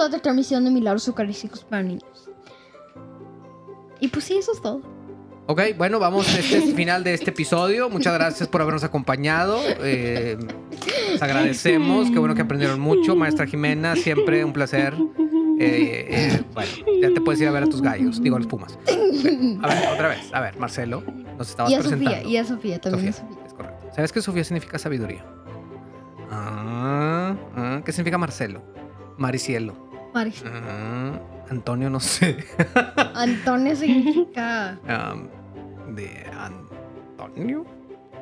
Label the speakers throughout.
Speaker 1: a otra misión de milagros eucarísticos para niños. Y pues sí, eso es todo.
Speaker 2: Ok, bueno, vamos a este final de este episodio. Muchas gracias por habernos acompañado. Eh, les agradecemos. Qué bueno que aprendieron mucho. Maestra Jimena, siempre un placer. Eh, eh, bueno, ya te puedes ir a ver a tus gallos, digo a los pumas. A ver, otra vez. A ver, Marcelo, nos estabas
Speaker 1: Y a
Speaker 2: presentando.
Speaker 1: Sofía, y a Sofía también.
Speaker 2: Sofía,
Speaker 1: a Sofía.
Speaker 2: es correcto. ¿Sabes qué Sofía significa sabiduría? Ah, ah, ¿Qué significa Marcelo? Maricielo.
Speaker 1: Maris.
Speaker 2: Ah, Antonio, no sé.
Speaker 1: Antonio significa.
Speaker 2: Am, de Antonio.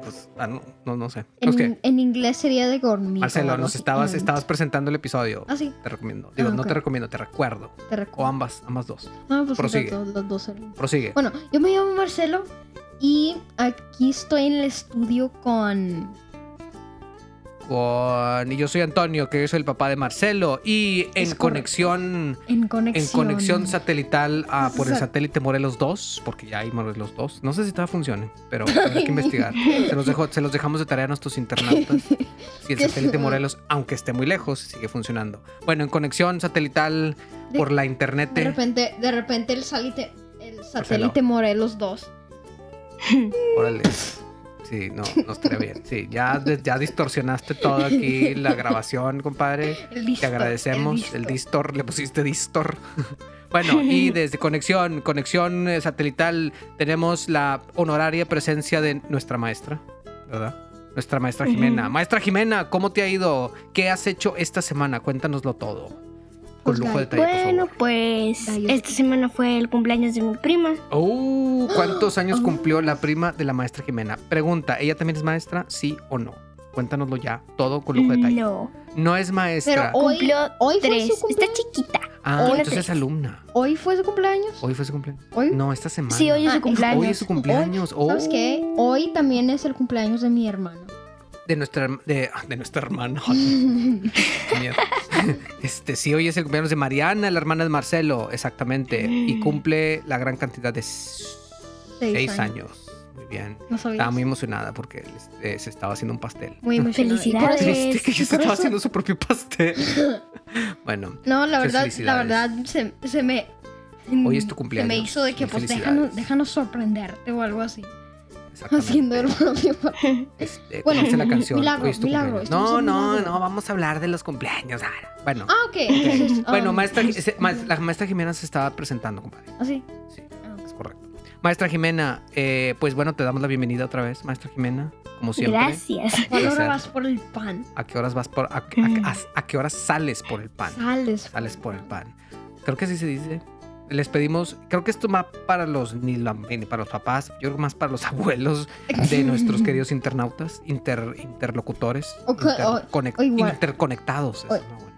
Speaker 2: Pues, ah, no, no, no sé.
Speaker 1: En,
Speaker 2: Los que-
Speaker 1: en inglés sería de gormito.
Speaker 2: Marcelo, nos estabas, estabas presentando el episodio.
Speaker 1: Mm. Ah, sí,
Speaker 2: Te recomiendo. Digo,
Speaker 1: Ah,
Speaker 2: no
Speaker 1: ok.
Speaker 2: te recomiendo, te recuerdo.
Speaker 1: te
Speaker 2: O
Speaker 1: recuerdo.
Speaker 2: ambas, ambas dos.
Speaker 1: Ah, pues
Speaker 2: prosigue.
Speaker 1: entonces, los dos eran-
Speaker 2: Prosigue.
Speaker 1: Bueno, yo me llamo Marcelo y aquí estoy en el estudio con.
Speaker 2: Con- Y yo soy Antonio, que yo soy el papá de Marcelo. Y en
Speaker 1: Es correcto.
Speaker 2: conexión.
Speaker 1: En conexión.
Speaker 2: En conexión satelital a- por el
Speaker 1: Sat-
Speaker 2: satélite Morelos 2, porque ya hay Morelos 2. No sé si todavía funcione, pero habrá que investigar. Se los, dejo- se los dejamos de tarea a nuestros internautas. Si el
Speaker 1: Qué
Speaker 2: satélite
Speaker 1: feo.
Speaker 2: Morelos, aunque esté muy lejos, sigue funcionando. Bueno, en conexión satelital
Speaker 1: De-
Speaker 2: por la internet.
Speaker 1: De repente, de repente el, salite- el satélite Morelos 2.
Speaker 2: Órale. Sí, no, no estaría bien. Sí, ya, de- ya distorsionaste todo aquí la grabación, compadre.
Speaker 1: El
Speaker 2: Te
Speaker 1: distor,
Speaker 2: agradecemos. El
Speaker 1: distor.
Speaker 2: distor, le pusiste distor. bueno, y desde conexión, conexión eh, satelital, tenemos la honoraria presencia de nuestra maestra, ¿verdad? Nuestra maestra Jimena.
Speaker 3: Ujú.
Speaker 2: Maestra Jimena, ¿cómo te ha ido? ¿Qué has hecho esta semana? Cuéntanoslo todo. Con
Speaker 1: Pues,
Speaker 2: lujo de
Speaker 1: Gaby,
Speaker 2: detalle, por
Speaker 3: Bueno,
Speaker 2: favor.
Speaker 3: pues
Speaker 1: Ay, yo-
Speaker 3: esta semana fue el cumpleaños de mi prima.
Speaker 2: Uh, ¿Cuántos años
Speaker 1: Oh.
Speaker 2: cumplió la prima de la maestra Jimena? Pregunta, ¿ella también es maestra? ¿Sí o no? Cuéntanoslo ya, todo con lujo de detalle. No,
Speaker 3: No,
Speaker 2: es
Speaker 1: Pero
Speaker 2: maestra.
Speaker 1: hoy,
Speaker 3: cumplió
Speaker 1: hoy fue
Speaker 3: tres.
Speaker 1: su
Speaker 3: Está
Speaker 1: cumpleaños.
Speaker 3: chiquita.
Speaker 2: ah,
Speaker 1: hoy-
Speaker 2: entonces es alumna.
Speaker 1: ¿Hoy fue su cumpleaños?
Speaker 2: ¿Hoy fue su cumpleaños?
Speaker 1: ¿Hoy?
Speaker 2: No, esta semana.
Speaker 3: Sí, hoy es
Speaker 1: Ah,
Speaker 3: su
Speaker 1: es-
Speaker 3: cumpleaños.
Speaker 2: Hoy es su cumpleaños. Oh,
Speaker 1: ¿Sabes qué? Hoy también es el cumpleaños de mi hermano.
Speaker 2: De nuestra, herm- de, ah, de nuestra hermana. Mierda. este, sí, hoy es el cumpleaños de Mariana, la hermana de Marcelo, exactamente. Y cumple la gran cantidad de s- seis,
Speaker 1: Seis
Speaker 2: años. Muy bien.
Speaker 1: No sabía.
Speaker 2: Estaba Ah, muy emocionada porque este, se estaba haciendo un pastel.
Speaker 1: Muy emocionada.
Speaker 3: Felicidades.
Speaker 1: Y por eso-
Speaker 2: Triste que
Speaker 1: y
Speaker 2: ella se
Speaker 1: por eso-
Speaker 2: estaba haciendo su propio pastel. bueno,
Speaker 1: No, la
Speaker 2: Muchas
Speaker 1: verdad, la
Speaker 2: felicidades.
Speaker 1: verdad se, se me.
Speaker 2: Hoy es tu
Speaker 1: Se
Speaker 2: cumpleaños.
Speaker 1: me hizo de que,
Speaker 2: Mil
Speaker 1: pues,
Speaker 2: felicidades.
Speaker 1: déjanos, déjanos sorprenderte o algo así.
Speaker 2: exactamente.
Speaker 1: Haciendo el propio papel.
Speaker 2: Este,
Speaker 1: Bueno,
Speaker 2: bueno, la canción.
Speaker 1: milagro,
Speaker 2: Hoy es tu
Speaker 1: milagro,
Speaker 2: cumpleaños.
Speaker 1: estamos
Speaker 2: No,
Speaker 1: en
Speaker 2: no,
Speaker 1: milagro.
Speaker 2: no, vamos a hablar de los cumpleaños ahora. Bueno,
Speaker 1: Ah, ok. entonces,
Speaker 2: bueno,
Speaker 1: um,
Speaker 2: maestra, se- ma- la maestra Jimena se estaba presentando, compadre.
Speaker 1: Así.
Speaker 2: Sí,
Speaker 1: Ah.
Speaker 2: es correcto. Maestra Jimena, eh, pues bueno, te damos la bienvenida otra vez, maestra Jimena, como siempre.
Speaker 3: Gracias.
Speaker 1: ¿Cuándo
Speaker 2: Placer.
Speaker 1: vas por el pan?
Speaker 2: ¿A qué horas vas por, a, a- a- a qué horas sales por el pan?
Speaker 1: Sales.
Speaker 2: Sales por el pan. Creo que así se dice. Les pedimos, creo que esto más para los ni la- ni para los papás, yo creo que más para los abuelos de nuestros queridos internautas, inter- interlocutores,
Speaker 1: O co-
Speaker 2: inter-
Speaker 1: o-
Speaker 2: conec-
Speaker 1: o igual.
Speaker 2: interconectados. Esa
Speaker 1: O-
Speaker 2: es una buena.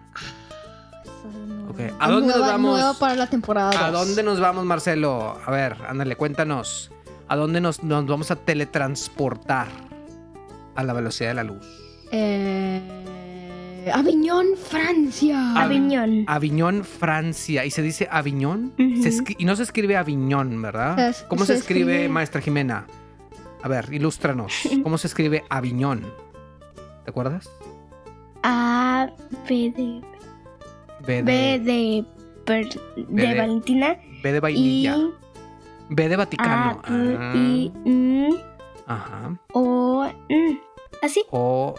Speaker 1: Ok.
Speaker 2: ¿A dónde nos
Speaker 1: nueva,
Speaker 2: vamos?
Speaker 1: Nueva para la temporada.
Speaker 2: ¿A
Speaker 1: dos.
Speaker 2: dónde nos vamos, Marcelo? A ver, ándale, cuéntanos. ¿A dónde nos, nos vamos a teletransportar a la velocidad de la luz?
Speaker 1: Eh, Aviñón, Francia.
Speaker 2: Avi-
Speaker 3: Aviñón.
Speaker 2: Aviñón, Francia. ¿Y se dice Aviñón? Se
Speaker 3: Ujú.
Speaker 2: escri- y no se escribe Aviñón, ¿verdad?
Speaker 1: Se-
Speaker 2: ¿Cómo se,
Speaker 1: se
Speaker 2: escribe,
Speaker 1: escribe-
Speaker 2: maestra Jimena? A ver, ilústranos. ¿Cómo se escribe Aviñón? ¿Te acuerdas?
Speaker 3: A, B de,
Speaker 2: B
Speaker 3: B
Speaker 2: de,
Speaker 3: de, per-
Speaker 2: B
Speaker 3: de
Speaker 2: de-
Speaker 3: Valentina.
Speaker 2: B de
Speaker 3: Y
Speaker 2: vainilla. B de
Speaker 3: A,
Speaker 2: Vaticano.
Speaker 3: R,
Speaker 2: Ah.
Speaker 3: I, N,
Speaker 2: Ajá. Ajá.
Speaker 3: O, N. Así.
Speaker 2: O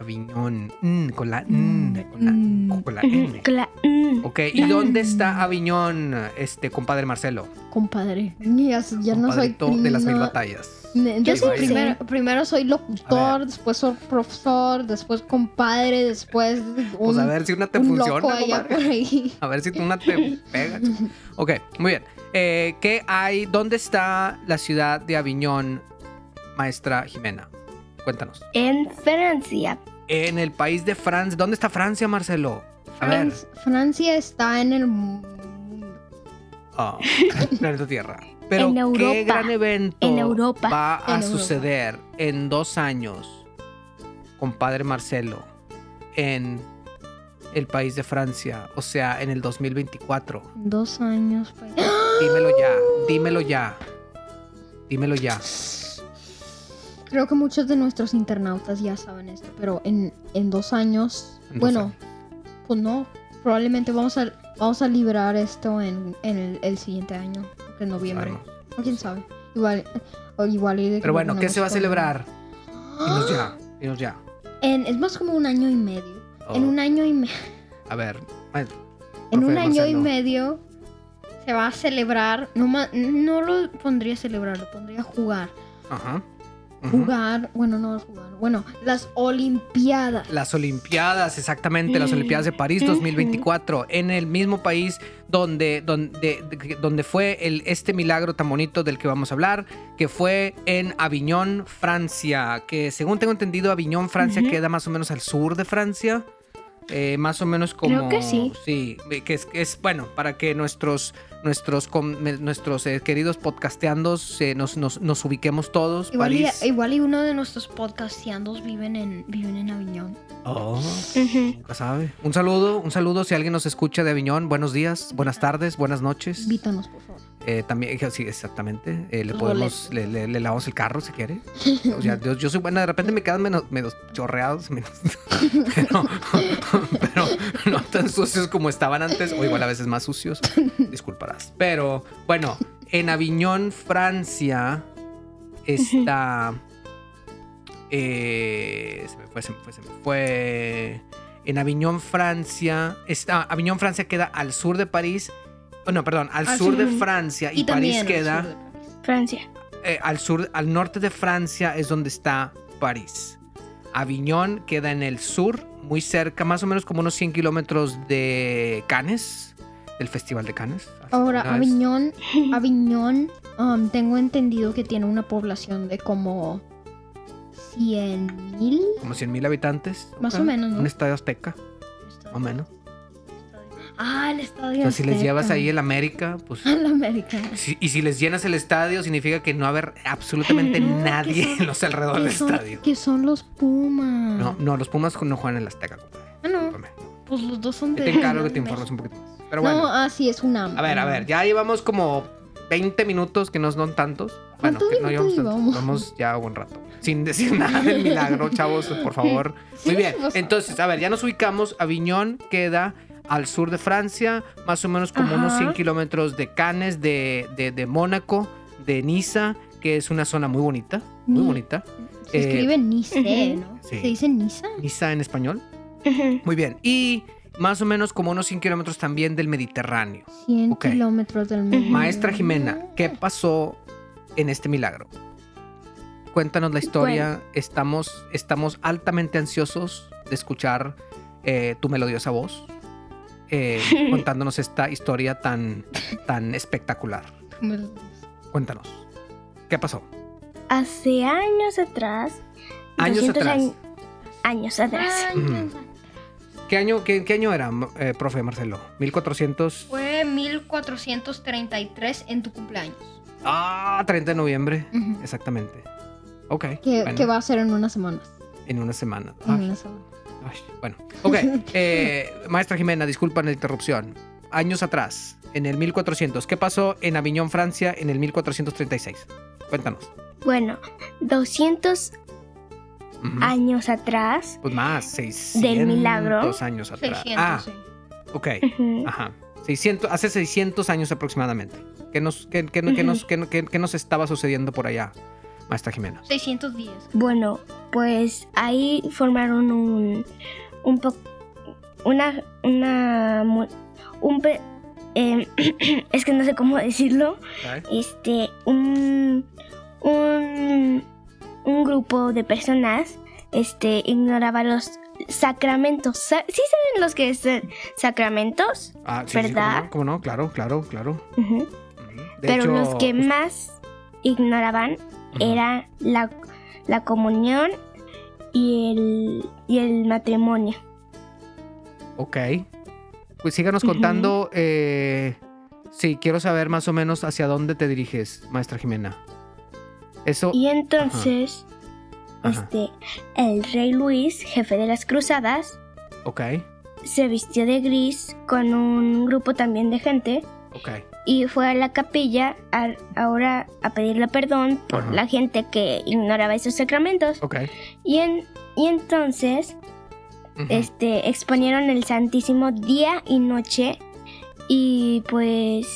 Speaker 2: Aviñón. Mm, con la N.
Speaker 1: Mm,
Speaker 2: Con la,
Speaker 1: mm.
Speaker 2: con la N.
Speaker 3: Ujú, con la N.
Speaker 2: Ok, ¿y dónde está Aviñón, este compadre Marcelo?
Speaker 1: Compadre. Ya, ya no soy.
Speaker 2: Compadrito de las mil
Speaker 1: no-
Speaker 2: batallas.
Speaker 1: Ne- Yo
Speaker 2: Ahí
Speaker 1: soy
Speaker 2: va, ahí va.
Speaker 1: primero, primero soy
Speaker 2: A
Speaker 1: locutor, después soy profesor, después compadre, después un,
Speaker 2: Pues a ver si una te
Speaker 1: un
Speaker 2: funciona.
Speaker 1: loco allá
Speaker 2: compadre.
Speaker 1: por ahí.
Speaker 2: A ver si una te pega. Ok, muy bien. Eh, ¿Qué hay? ¿Dónde está la ciudad de Aviñón, maestra Jimena? Cuéntanos.
Speaker 3: En Francia.
Speaker 2: En el país de Francia. ¿Dónde está Francia, Marcelo? A ver.
Speaker 1: Franc- Francia está en el mundo.
Speaker 2: Ah, planeta Tierra. Pero
Speaker 3: En
Speaker 2: qué
Speaker 3: Europa.
Speaker 2: gran evento
Speaker 3: En Europa.
Speaker 2: va a
Speaker 1: En Europa.
Speaker 2: suceder en dos años, compadre Marcelo, en el país de Francia, o sea, en el 2024.
Speaker 1: Dos años. pues.
Speaker 2: Dímelo ya, dímelo ya, dímelo ya.
Speaker 1: Creo que muchos de nuestros internautas ya saben esto, pero en, en dos años.
Speaker 2: En dos
Speaker 1: bueno,
Speaker 2: años.
Speaker 1: pues no. Probablemente vamos a, vamos a liberar esto en, en el, el siguiente año, en noviembre.
Speaker 2: Sabemos.
Speaker 1: O quién sabe. Igual, o igual y de
Speaker 2: Pero bueno, ¿qué
Speaker 1: terminamos
Speaker 2: se va a
Speaker 1: con-
Speaker 2: celebrar? Dinos ya, dinos ya.
Speaker 1: En- es más como un año y medio.
Speaker 2: Oh,
Speaker 1: En un año y me-
Speaker 2: A ver, ay,
Speaker 1: en un
Speaker 2: profe
Speaker 1: año y
Speaker 2: Marcelo.
Speaker 1: medio se va a celebrar. No, ma- no lo pondría a celebrar, lo pondría a jugar.
Speaker 2: ajá. ujú.
Speaker 1: Jugar, bueno, no jugar. Bueno, las Olimpiadas.
Speaker 2: Las Olimpiadas, exactamente, las Olimpiadas de París
Speaker 3: Ujú.
Speaker 2: 2024, en el mismo país donde, donde, donde fue el, este milagro tan bonito del que vamos a hablar, que fue en Aviñón, Francia, que según tengo entendido, Aviñón, Francia
Speaker 3: Ujú.
Speaker 2: queda más o menos al sur de Francia. eh, más o menos como
Speaker 3: que sí.
Speaker 2: sí, eh, que es, que es bueno para que nuestros nuestros com- me- nuestros eh, queridos podcasteandos eh, nos, nos, nos ubiquemos todos
Speaker 1: Igual y,
Speaker 2: París
Speaker 1: igual y uno de nuestros podcasteandos viven en, viven en Aviñón.
Speaker 2: Oh.
Speaker 3: Ujú.
Speaker 2: Nunca sabe. Un saludo, un saludo si alguien nos escucha de Aviñón. Buenos días, buenas tardes, buenas noches.
Speaker 1: Invítanos, por favor.
Speaker 2: Eh, también, sí, exactamente. Eh, le
Speaker 1: Los
Speaker 2: podemos, le, le- le lavamos el carro si quiere. O sea, yo, yo soy buena, de repente me quedan menos, menos chorreados, menos- pero, pero no tan sucios como estaban antes, o igual a veces más sucios. Disculparás. Pero bueno, en Aviñón, Francia, está. eh, se me fue, se me fue, se me fue. En Aviñón, Francia. Está, Aviñón, Francia queda al sur de París. oh, no, perdón, al,
Speaker 1: Al
Speaker 2: sur, de
Speaker 3: sur.
Speaker 2: Francia y, París
Speaker 1: al
Speaker 2: queda
Speaker 1: sur de París.
Speaker 3: Francia.
Speaker 2: eh, al sur, al norte de Francia es donde está París. Aviñón queda en el sur, muy cerca, más o menos como unos 100 kilómetros de Cannes, del Festival de Cannes. Así
Speaker 1: Ahora,
Speaker 2: que no es-
Speaker 1: Aviñón, Aviñón, um, tengo entendido que tiene una población de como 100 mil,
Speaker 2: Como 100 mil habitantes.
Speaker 1: Más
Speaker 2: acá,
Speaker 1: o menos, ¿no?
Speaker 2: Un estadio azteca, más o menos.
Speaker 1: Ah, el estadio.
Speaker 2: Entonces, si les
Speaker 1: Azteca.
Speaker 2: llevas ahí el América, pues...
Speaker 1: A la América.
Speaker 2: si- y si les llenas el estadio, significa que no va a haber absolutamente
Speaker 1: No, que
Speaker 2: nadie
Speaker 1: son-
Speaker 2: en los alrededores
Speaker 1: Que
Speaker 2: del
Speaker 1: son,
Speaker 2: estadio.
Speaker 1: que son los Pumas.
Speaker 2: No, no, los Pumas no juegan en el Azteca, compadre.
Speaker 1: Ah, no,
Speaker 2: Discúlpame.
Speaker 1: pues los dos son de.
Speaker 2: Te encargo que te informes un poquito más. Pero bueno.
Speaker 1: No, ah, sí, es una.
Speaker 2: A ver, a ver, ya llevamos como 20 minutos, que no son tantos. Bueno,
Speaker 1: ¿Cuántos
Speaker 2: que no
Speaker 1: minutos
Speaker 2: llevamos
Speaker 1: llevamos?
Speaker 2: tantos. Vamos ya un rato. Sin decir nada del milagro, chavos, por favor.
Speaker 1: Sí, pues,
Speaker 2: Muy bien,
Speaker 1: vos-
Speaker 2: entonces, a ver, ya nos ubicamos. Aviñón queda al sur de Francia, más o menos como unos
Speaker 3: Ajá.
Speaker 2: 100 kilómetros de Cannes, de, de, de Mónaco, de Niza, que es una zona muy bonita, muy
Speaker 1: Ni-
Speaker 2: bonita.
Speaker 1: Se
Speaker 2: eh,
Speaker 1: escribe Nice,
Speaker 3: ujú.
Speaker 1: ¿no?
Speaker 2: Sí.
Speaker 1: ¿Se dice Nisa?
Speaker 2: Niza en español.
Speaker 3: Ujú.
Speaker 2: Muy bien, y más o menos como unos 100 kilómetros también del Mediterráneo.
Speaker 1: 100
Speaker 2: Ok.
Speaker 1: kilómetros del mundo.
Speaker 2: Maestra Jimena, ¿qué pasó en este milagro? Cuéntanos
Speaker 1: Pues,
Speaker 2: la historia. Estamos, estamos altamente ansiosos de escuchar eh, tu melodiosa voz eh, contándonos esta historia tan, tan espectacular. Cuéntanos. ¿Qué pasó?
Speaker 3: Hace años atrás.
Speaker 2: Años
Speaker 3: 200
Speaker 2: atrás.
Speaker 3: añ- Años
Speaker 1: Pues,
Speaker 3: atrás.
Speaker 1: Ay,
Speaker 2: ¿Qué año, qué, qué año era, eh, profe Marcelo? ¿1400?
Speaker 1: Fue 1433 en tu cumpleaños.
Speaker 2: Ah, 30 de noviembre.
Speaker 1: Ujú.
Speaker 2: Exactamente. Ok.
Speaker 1: Que,
Speaker 2: bueno, Ah,
Speaker 1: que va a ser en unas semanas.
Speaker 2: En una semana.
Speaker 1: En
Speaker 2: Ay,
Speaker 1: una semana.
Speaker 2: Ay, bueno, ok. eh, maestra Jimena, disculpa la interrupción. Años atrás, en el 1400, ¿qué pasó en Aviñón, Francia, en el 1436? Cuéntanos.
Speaker 3: Bueno, 200
Speaker 2: Ujú.
Speaker 3: años atrás.
Speaker 2: Pues más, 600
Speaker 3: milagro.
Speaker 2: años atrás.
Speaker 1: 600,
Speaker 2: ah,
Speaker 1: sí.
Speaker 2: ok.
Speaker 3: Ujú.
Speaker 2: Ajá. 600, hace 600 años aproximadamente. ¿Qué nos, qué, qué- qué nos, qué- qué- qué nos estaba sucediendo por allá, maestra Jimena?
Speaker 1: 610.
Speaker 3: Bueno, pues ahí formaron un. Un po- Una. Una. mu- Un. pe- em, es que no sé cómo decirlo. este un, un, un grupo de personas este ignoraba los sacramentos. Sa- ¿Sí saben los que es eh, sacramentos?
Speaker 2: Ah, sí, sí,
Speaker 3: ¿Verdad?
Speaker 2: ¿cómo no? ¿cómo no? Claro, claro, claro.
Speaker 3: Ujú.
Speaker 2: Ujú. De
Speaker 3: Pero
Speaker 2: hecho,
Speaker 3: los que
Speaker 2: pues,
Speaker 3: más ignoraban
Speaker 2: ujú.
Speaker 3: era la, la comunión y el, y el matrimonio.
Speaker 2: Ok. Pues síganos
Speaker 3: Ujú.
Speaker 2: contando. eh, sí, quiero saber más o menos hacia dónde te diriges, maestra Jimena. Eso.
Speaker 3: Y entonces,
Speaker 2: Oh, ajá,
Speaker 3: este, el rey Luis, jefe de las cruzadas,
Speaker 2: Ok,
Speaker 3: se vistió de gris con un grupo también de gente
Speaker 2: ok.
Speaker 3: y fue a la capilla a- ahora a pedirle perdón por
Speaker 2: Ajá.
Speaker 3: la gente que ignoraba esos sacramentos.
Speaker 2: Ok.
Speaker 3: Y, en- y entonces
Speaker 2: Ujú.
Speaker 3: este, exponieron el Santísimo día y noche y pues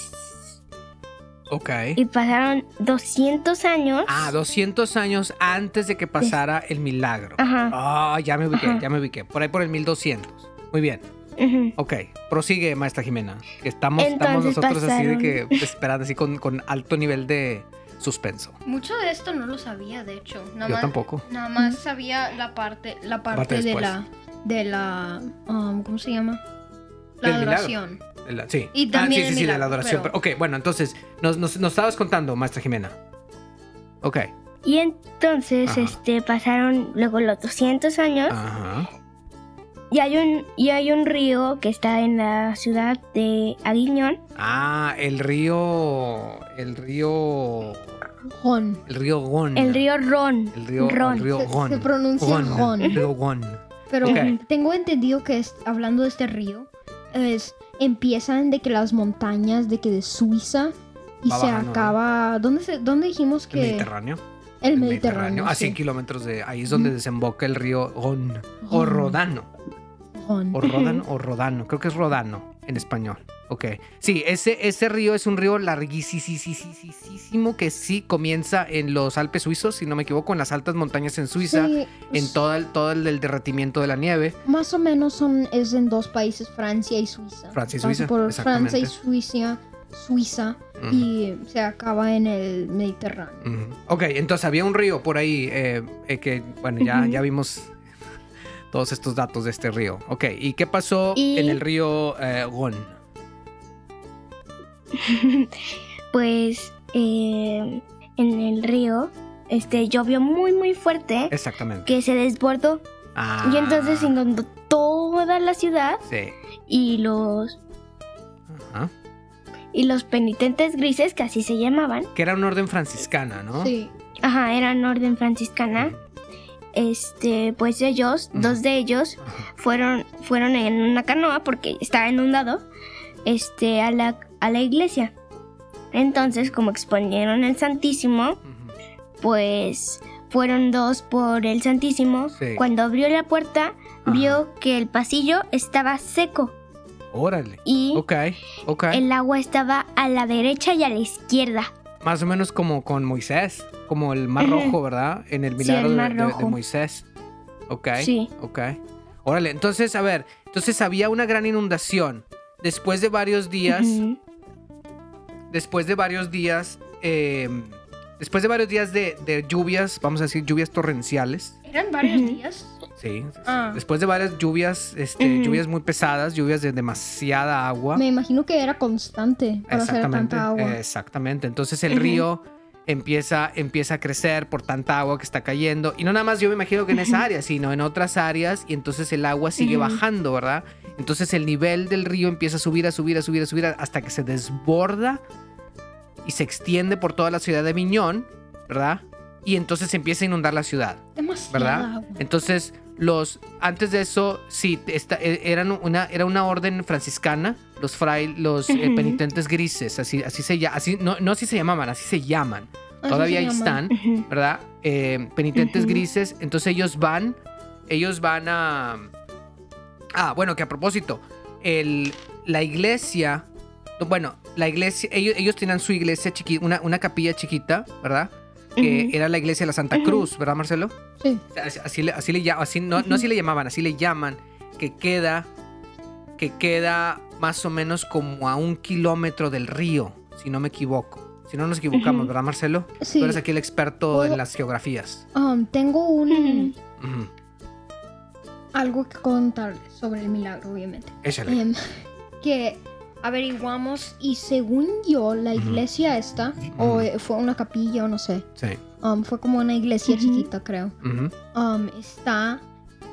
Speaker 2: Ok.
Speaker 3: y pasaron 200 años.
Speaker 2: Ah, 200 años antes de que pasara el milagro.
Speaker 3: Ajá.
Speaker 2: Ah, ya me ubiqué,
Speaker 3: Ajá.
Speaker 2: ya me ubiqué. Por ahí por el 1200. Muy bien.
Speaker 3: ujú.
Speaker 2: Ok, prosigue, maestra Jimena. que Estamos, estamos
Speaker 3: Entonces
Speaker 2: nosotros así de
Speaker 3: pasaron.
Speaker 2: que esperando, así con, con alto nivel de suspenso.
Speaker 1: Mucho de esto no lo sabía, de hecho. Nada
Speaker 2: Yo
Speaker 1: más-
Speaker 2: tampoco.
Speaker 1: Nada más sabía la parte, la parte,
Speaker 2: parte
Speaker 1: de
Speaker 2: después.
Speaker 1: la, de la, um, ¿cómo se llama?
Speaker 2: Del
Speaker 1: La
Speaker 2: milagro.
Speaker 1: adoración.
Speaker 2: De la- sí.
Speaker 1: Y también
Speaker 2: ah, sí,
Speaker 1: el
Speaker 2: sí, sí, de la
Speaker 1: milagro,
Speaker 2: adoración.
Speaker 1: pero-
Speaker 2: pero- ok, bueno, entonces, nos, nos- nos estabas contando, maestra Jimena. Ok.
Speaker 3: Y entonces
Speaker 2: Ajá. Ah.
Speaker 3: este pasaron luego los 200 años
Speaker 2: Ajá.
Speaker 3: y hay un y hay un río que está en la ciudad de Aguiñón.
Speaker 2: Ah, el río. El río.
Speaker 1: Jon.
Speaker 2: El río Gon.
Speaker 3: El río Ron.
Speaker 2: Mm, El río,
Speaker 3: Ron.
Speaker 2: el río
Speaker 1: Se-
Speaker 2: Gon.
Speaker 1: se pronuncia Gon.
Speaker 2: El río Gon.
Speaker 1: Pero
Speaker 2: Ok.
Speaker 1: tengo entendido que es- hablando de este río, es, empiezan de que las montañas, de que de Suiza, y
Speaker 2: Va
Speaker 1: se
Speaker 2: bajando, ¿no?
Speaker 1: acaba... ¿dónde, se, ¿Dónde dijimos
Speaker 2: El
Speaker 1: que...?
Speaker 2: Mediterráneo.
Speaker 1: El
Speaker 2: El
Speaker 1: Mediterráneo.
Speaker 2: A
Speaker 1: sí.
Speaker 2: 100 kilómetros de ahí es donde desemboca el río Gon. O
Speaker 1: Gon.
Speaker 2: Rodano. ah,
Speaker 1: Jon.
Speaker 2: O Rodan o Rodano. Creo que es Rodano en español. Ok. Sí, ese, ese río es un río larguísimo que sí comienza en los Alpes suizos, si no me equivoco, en las altas montañas en Suiza,
Speaker 1: Sí,
Speaker 2: en todo el, todo el del derretimiento de la nieve.
Speaker 1: Más o menos son, es en dos países, Francia y Suiza.
Speaker 2: Francia y
Speaker 1: Pasa
Speaker 2: Suiza,
Speaker 1: Por
Speaker 2: exactamente.
Speaker 1: Francia y Suiza, Suiza
Speaker 2: Ujú.
Speaker 1: y se acaba en el Mediterráneo.
Speaker 2: Ujú. Ok, entonces había un río por ahí eh, eh, que, bueno, ya,
Speaker 3: Ujú.
Speaker 2: ya vimos todos estos datos de este río. Ok, ¿y qué pasó
Speaker 3: Y-
Speaker 2: en el río eh, Gon?
Speaker 3: Pues eh, en el río este llovió muy muy fuerte
Speaker 2: Exactamente.
Speaker 3: que se desbordó
Speaker 2: Ah,
Speaker 3: y entonces inundó toda la ciudad
Speaker 2: Sí.
Speaker 3: y los
Speaker 2: Ajá.
Speaker 3: y los penitentes grises que así se llamaban
Speaker 2: Que era un orden franciscana, ¿no?
Speaker 1: Sí.
Speaker 3: ajá eran orden franciscana
Speaker 2: Ujú.
Speaker 3: este pues ellos
Speaker 2: Ujú.
Speaker 3: dos de ellos
Speaker 2: Ajá.
Speaker 3: fueron fueron en una canoa porque estaba inundado este a la a la iglesia entonces como exponieron el santísimo
Speaker 2: Ujú.
Speaker 3: pues fueron dos por el Santísimo.
Speaker 2: Sí.
Speaker 3: Cuando abrió la puerta,
Speaker 2: Ajá.
Speaker 3: vio que el pasillo estaba seco
Speaker 2: Órale.
Speaker 3: y
Speaker 2: Ok, ok.
Speaker 3: el agua estaba a la derecha y a la izquierda.
Speaker 2: Más o menos como con Moisés, como el mar
Speaker 3: Ujú.
Speaker 2: rojo, ¿verdad? En el
Speaker 3: Sí,
Speaker 2: milagro
Speaker 3: el
Speaker 2: de-
Speaker 3: Mar
Speaker 2: de, de
Speaker 3: Rojo.
Speaker 2: Moisés. Ok.
Speaker 3: Sí.
Speaker 2: Ok. Órale, entonces, a ver, entonces había una gran inundación. Después de varios días,
Speaker 3: Ujú.
Speaker 2: después de varios días, eh, después de varios días de, de lluvias, vamos a decir lluvias torrenciales.
Speaker 1: ¿Eran varios
Speaker 3: Ujú.
Speaker 1: días?
Speaker 2: Sí.
Speaker 1: Ah.
Speaker 2: Después de varias lluvias, este,
Speaker 3: Ujú.
Speaker 2: lluvias muy pesadas, lluvias de demasiada agua.
Speaker 1: Me imagino que era constante para hacer
Speaker 2: Exactamente.
Speaker 1: tanta agua.
Speaker 2: Exactamente. Entonces el
Speaker 3: Ujú.
Speaker 2: río empieza, empieza a crecer por tanta agua que está cayendo. Y no nada más yo me imagino que en esa área, sino en otras áreas. Y entonces el agua sigue
Speaker 3: Ujú.
Speaker 2: bajando, ¿verdad? Entonces el nivel del río empieza a subir, a subir, a subir, a subir, hasta que se desborda y se extiende por toda la ciudad de Miñón, ¿verdad? Y entonces se empieza a inundar la ciudad.
Speaker 1: Demasiada
Speaker 2: ¿verdad?
Speaker 1: agua.
Speaker 2: Entonces, los antes de eso, sí, esta- e- eran una, era una orden franciscana, los fray, los eh,
Speaker 3: Ujú.
Speaker 2: penitentes grises, así, así se llama, así, no, no así se llamaban, así se llaman.
Speaker 1: Así se
Speaker 2: Todavía ahí
Speaker 1: llama.
Speaker 2: están,
Speaker 3: Ujú.
Speaker 2: ¿verdad? Eh, penitentes
Speaker 3: Ujú.
Speaker 2: grises, entonces ellos van, ellos van a... Ah, bueno, que a propósito, el, la iglesia, bueno, la iglesia, ellos, ellos tenían su iglesia chiquita, una, una capilla chiquita, ¿verdad? Que
Speaker 3: Ujú.
Speaker 2: era la iglesia de la Santa
Speaker 3: Ujú.
Speaker 2: Cruz, ¿verdad, Marcelo?
Speaker 1: Sí.
Speaker 2: Así, así le, así le llaman, así, no, no así le llamaban, así le llaman, que queda, que queda más o menos como a un kilómetro del río, si no me equivoco. Si no nos equivocamos,
Speaker 3: Ujú.
Speaker 2: ¿verdad, Marcelo?
Speaker 1: Sí.
Speaker 2: Tú eres aquí el experto
Speaker 1: Puedo-
Speaker 2: en las geografías.
Speaker 1: Um, tengo un,
Speaker 2: Ujú.
Speaker 1: algo que contarles sobre el milagro, obviamente.
Speaker 2: Échale.
Speaker 1: Em, que averiguamos y según yo, la
Speaker 2: Ujú.
Speaker 1: iglesia esta, o eh, fue una capilla o no sé,
Speaker 2: sí.
Speaker 1: um, fue como una iglesia
Speaker 3: Ujú.
Speaker 1: chiquita, creo.
Speaker 2: Ujú.
Speaker 1: um, está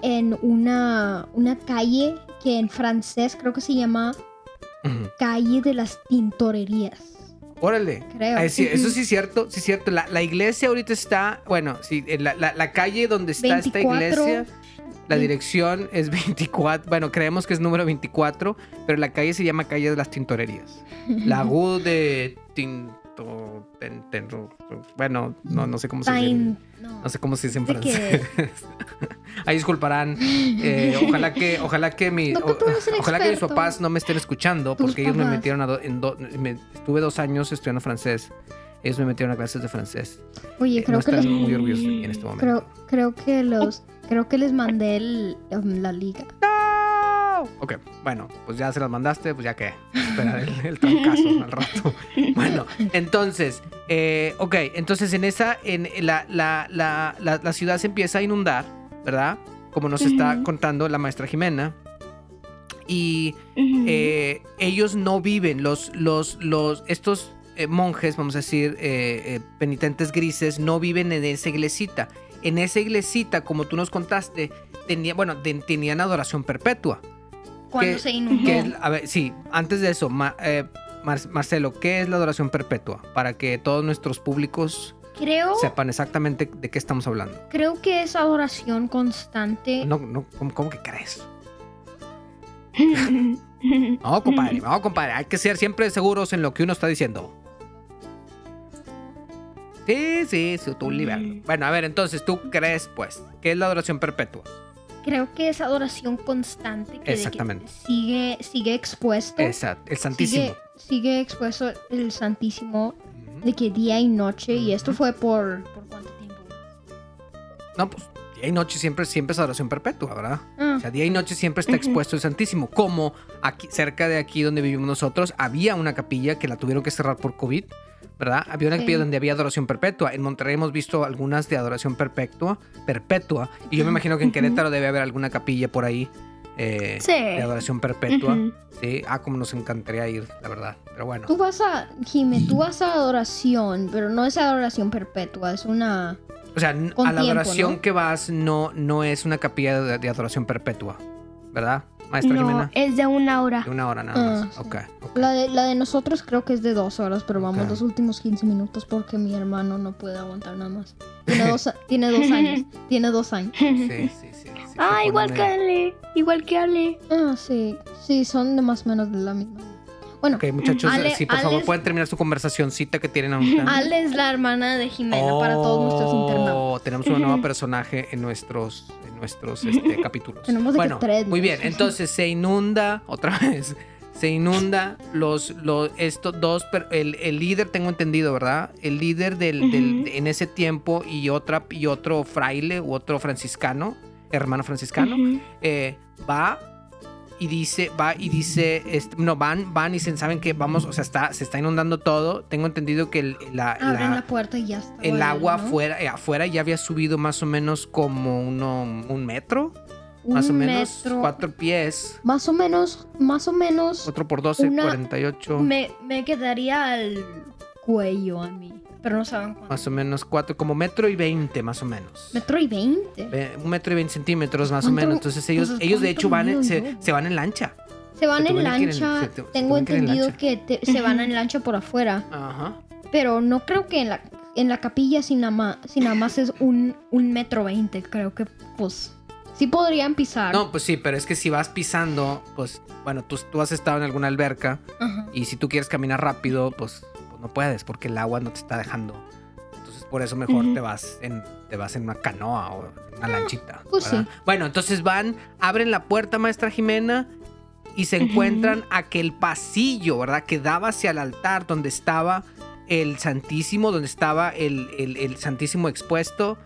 Speaker 1: en una, una calle que en francés creo que se llama
Speaker 2: Ujú.
Speaker 1: Calle de las Tintorerías,
Speaker 2: Órale.
Speaker 1: creo.
Speaker 2: Ah, sí, eso
Speaker 3: Ujú.
Speaker 2: sí es cierto, sí es cierto. La, la iglesia ahorita está, bueno, sí, en la, la- la calle donde está esta
Speaker 1: 24,
Speaker 2: iglesia, la
Speaker 1: vein-
Speaker 2: dirección es 24, bueno, creemos que es número 24, pero la calle se llama Calle de las Tintorerías. La U de tin- to- ten- tenru- bueno, no, no sé cómo se dice.
Speaker 1: Time. No.
Speaker 2: No sé cómo se dice en
Speaker 1: ¿De qué?
Speaker 2: francés. Ahí disculparán. Eh, ojalá que, ojalá que mi,
Speaker 1: No, que tú eres el
Speaker 2: ojalá que mis
Speaker 1: experto.
Speaker 2: papás no me estén escuchando,
Speaker 1: Tus
Speaker 2: porque ellos me
Speaker 1: papás.
Speaker 2: metieron a do- en do- me- estuve dos años estudiando francés. Ellos me metieron a clases de francés.
Speaker 1: Oye,
Speaker 2: Eh, no
Speaker 1: creo que
Speaker 2: están
Speaker 1: les
Speaker 2: muy orgullosos de mí en este momento.
Speaker 1: creo, creo que los creo que les mandé el- em, la liga.
Speaker 2: Ok, bueno, pues ya se las mandaste, pues ya que esperar el, el trancazo al rato. Bueno, entonces, eh, ok, entonces en esa, en la, la, la, la, la ciudad se empieza a inundar, ¿verdad? Como nos está
Speaker 3: Ujú.
Speaker 2: contando la maestra Jimena. Y
Speaker 3: Ujú.
Speaker 2: eh, ellos no viven, los, los, los, estos eh, monjes, vamos a decir, eh, eh, penitentes grises, no viven en esa iglesita. En esa iglesita, como tú nos contaste, tenía, bueno, ten- tenían adoración perpetua.
Speaker 1: Cuando
Speaker 2: que-
Speaker 1: se inundó.
Speaker 2: ¿Qué es la- a ver, sí, antes de eso, Ma- eh, Mar- Marcelo, ¿qué es la adoración perpetua? Para que todos nuestros públicos
Speaker 1: Creo
Speaker 2: sepan exactamente de qué estamos hablando.
Speaker 1: creo que es adoración constante.
Speaker 2: No, no, ¿cómo, cómo que crees? No, compadre, no, compadre, hay que ser siempre seguros en lo que uno está diciendo. Sí, sí, sí, tú liberal. Bueno, a ver, entonces, ¿tú crees, pues, qué es la adoración perpetua?
Speaker 1: Creo que es adoración constante que, de que
Speaker 2: Exactamente.
Speaker 1: sigue sigue expuesto.
Speaker 2: Esa, el Santísimo.
Speaker 1: Sigue, sigue expuesto el Santísimo
Speaker 2: Ujú.
Speaker 1: de que día y noche y esto fue por por cuánto tiempo.
Speaker 2: No, pues, día y noche siempre, siempre es adoración perpetua, ¿verdad?
Speaker 1: Ah,
Speaker 2: O sea, día y noche siempre está
Speaker 3: Ujú.
Speaker 2: expuesto el Santísimo. Como aquí, cerca de aquí donde vivimos nosotros, había una capilla que la tuvieron que cerrar por COVID, ¿verdad? Había una
Speaker 1: Sí.
Speaker 2: capilla donde había adoración perpetua. En Monterrey hemos visto algunas de adoración perpetua, perpetua. Y yo me imagino que en
Speaker 3: Ujú.
Speaker 2: Querétaro debe haber alguna capilla por ahí eh,
Speaker 3: Sí.
Speaker 2: de adoración perpetua.
Speaker 3: Ujú.
Speaker 2: Sí, ah, como nos encantaría ir, la verdad. Pero bueno.
Speaker 1: Tú vas a Jime, tú vas a adoración, pero no es adoración perpetua, es una
Speaker 2: O sea, n-
Speaker 1: Con
Speaker 2: a la
Speaker 1: tiempo,
Speaker 2: adoración
Speaker 1: ¿no?
Speaker 2: que vas no, no es una capilla de, de adoración perpetua, ¿verdad? Maestra
Speaker 3: No, eh,
Speaker 2: Jimena.
Speaker 3: es de una hora.
Speaker 2: De una hora nada
Speaker 1: Ah,
Speaker 2: más.
Speaker 1: sí.
Speaker 2: Ok, ok.
Speaker 1: La de, la de nosotros creo que es de dos horas, pero vamos
Speaker 2: Ok.
Speaker 1: los últimos 15 minutos porque mi hermano no puede aguantar nada más. Tiene dos, tiene dos años. Tiene dos años.
Speaker 2: Sí, sí, sí. sí,
Speaker 3: Ah,
Speaker 2: se
Speaker 3: igual que
Speaker 2: ponen ahí.
Speaker 3: Ale. Igual que Ale.
Speaker 1: Ah, sí. Sí, son de más o menos de la misma. Bueno,
Speaker 2: Ok, muchachos,
Speaker 1: Ale-
Speaker 2: sí, por
Speaker 1: Ale
Speaker 2: favor,
Speaker 1: es-
Speaker 2: pueden terminar su conversacioncita que tienen ahorita.
Speaker 1: Ale es la hermana de Jimena para todos nuestros
Speaker 2: Oh,
Speaker 1: internados.
Speaker 2: Tenemos una nueva
Speaker 3: Ujú.
Speaker 2: personaje en nuestros, en nuestros este, capítulos.
Speaker 1: Tenemos de que
Speaker 2: bueno,
Speaker 1: tres,
Speaker 2: muy
Speaker 1: ¿no?
Speaker 2: bien. Entonces se inunda otra vez. Se inunda los, los estos dos, per- el, el líder tengo entendido, ¿verdad? El líder del, del-
Speaker 3: Ujú.
Speaker 2: de- en ese tiempo y otra y otro fraile u otro franciscano, hermano franciscano,
Speaker 3: Ujú.
Speaker 2: eh, va y dice, va y dice, este, no, van, van y dicen, ¿saben que Vamos, o sea, está, se está inundando todo. Tengo entendido que el, la-
Speaker 1: Abren
Speaker 2: la-
Speaker 1: la puerta y ya está.
Speaker 2: el agua
Speaker 1: fue
Speaker 2: afuera, eh, afuera ya había subido más o menos como uno, un metro, más o menos, cuatro pies,
Speaker 1: Más o menos, más o menos.
Speaker 2: cuatro por doce,
Speaker 1: Una-
Speaker 2: 48,
Speaker 1: Me, me quedaría al cuello a mí. Pero no saben cuánto.
Speaker 2: más o menos cuatro, como metro y veinte más o menos.
Speaker 1: Metro y veinte.
Speaker 2: Ve- Un metro y veinte centímetros más o
Speaker 1: ¿Cuánto-
Speaker 2: menos. Entonces ellos,
Speaker 1: entonces,
Speaker 2: ellos de
Speaker 1: cuánto
Speaker 2: hecho van, en-
Speaker 1: mido
Speaker 2: se,
Speaker 1: yo?
Speaker 2: se van en lancha.
Speaker 1: Se van
Speaker 2: Se
Speaker 1: en
Speaker 2: tuvieron que ir en-
Speaker 1: lancha.
Speaker 2: se tu-
Speaker 1: Tengo
Speaker 2: se tuvieron que ir en
Speaker 1: entendido
Speaker 2: lancha.
Speaker 1: que te- se van
Speaker 3: Ujú.
Speaker 1: en lancha por afuera.
Speaker 2: Ajá.
Speaker 1: Pero no creo que en la, en la capilla sin nada más, sin nada más es un, un metro veinte. Creo que pues sí podrían pisar.
Speaker 2: No, pues sí, pero es que si vas pisando, pues bueno, tú, tú has estado en alguna alberca
Speaker 1: Ajá.
Speaker 2: y si tú quieres caminar rápido, pues, pues no puedes porque el agua no te está dejando. Entonces por eso mejor
Speaker 3: Ujú. Ah,
Speaker 2: te vas en te vas en una canoa o en una lanchita.
Speaker 1: pues
Speaker 2: ¿verdad? Bueno, entonces van, abren la puerta maestra Jimena y se
Speaker 3: Ujú.
Speaker 2: encuentran aquel pasillo, ¿verdad? Que daba hacia el altar donde estaba el Santísimo, donde estaba el, el- el Santísimo expuesto,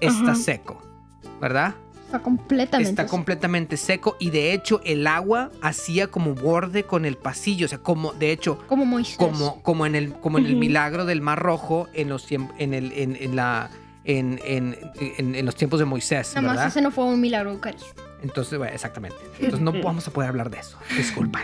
Speaker 2: está
Speaker 3: Ajá.
Speaker 2: seco, ¿verdad?
Speaker 1: Está completamente.
Speaker 2: Está completamente seco y de hecho el agua hacía como borde con el pasillo, o sea, como de hecho
Speaker 1: como Moisés.
Speaker 2: como como en el como en el
Speaker 3: Ujú.
Speaker 2: milagro del Mar Rojo en los tiemp- en el en, en la en, en- en- en los tiempos de Moisés,
Speaker 1: Nada más
Speaker 2: ¿verdad?
Speaker 1: ese no fue un milagro eucarístico.
Speaker 2: Entonces, bueno, exactamente. Entonces no vamos a poder hablar de eso. Disculpen.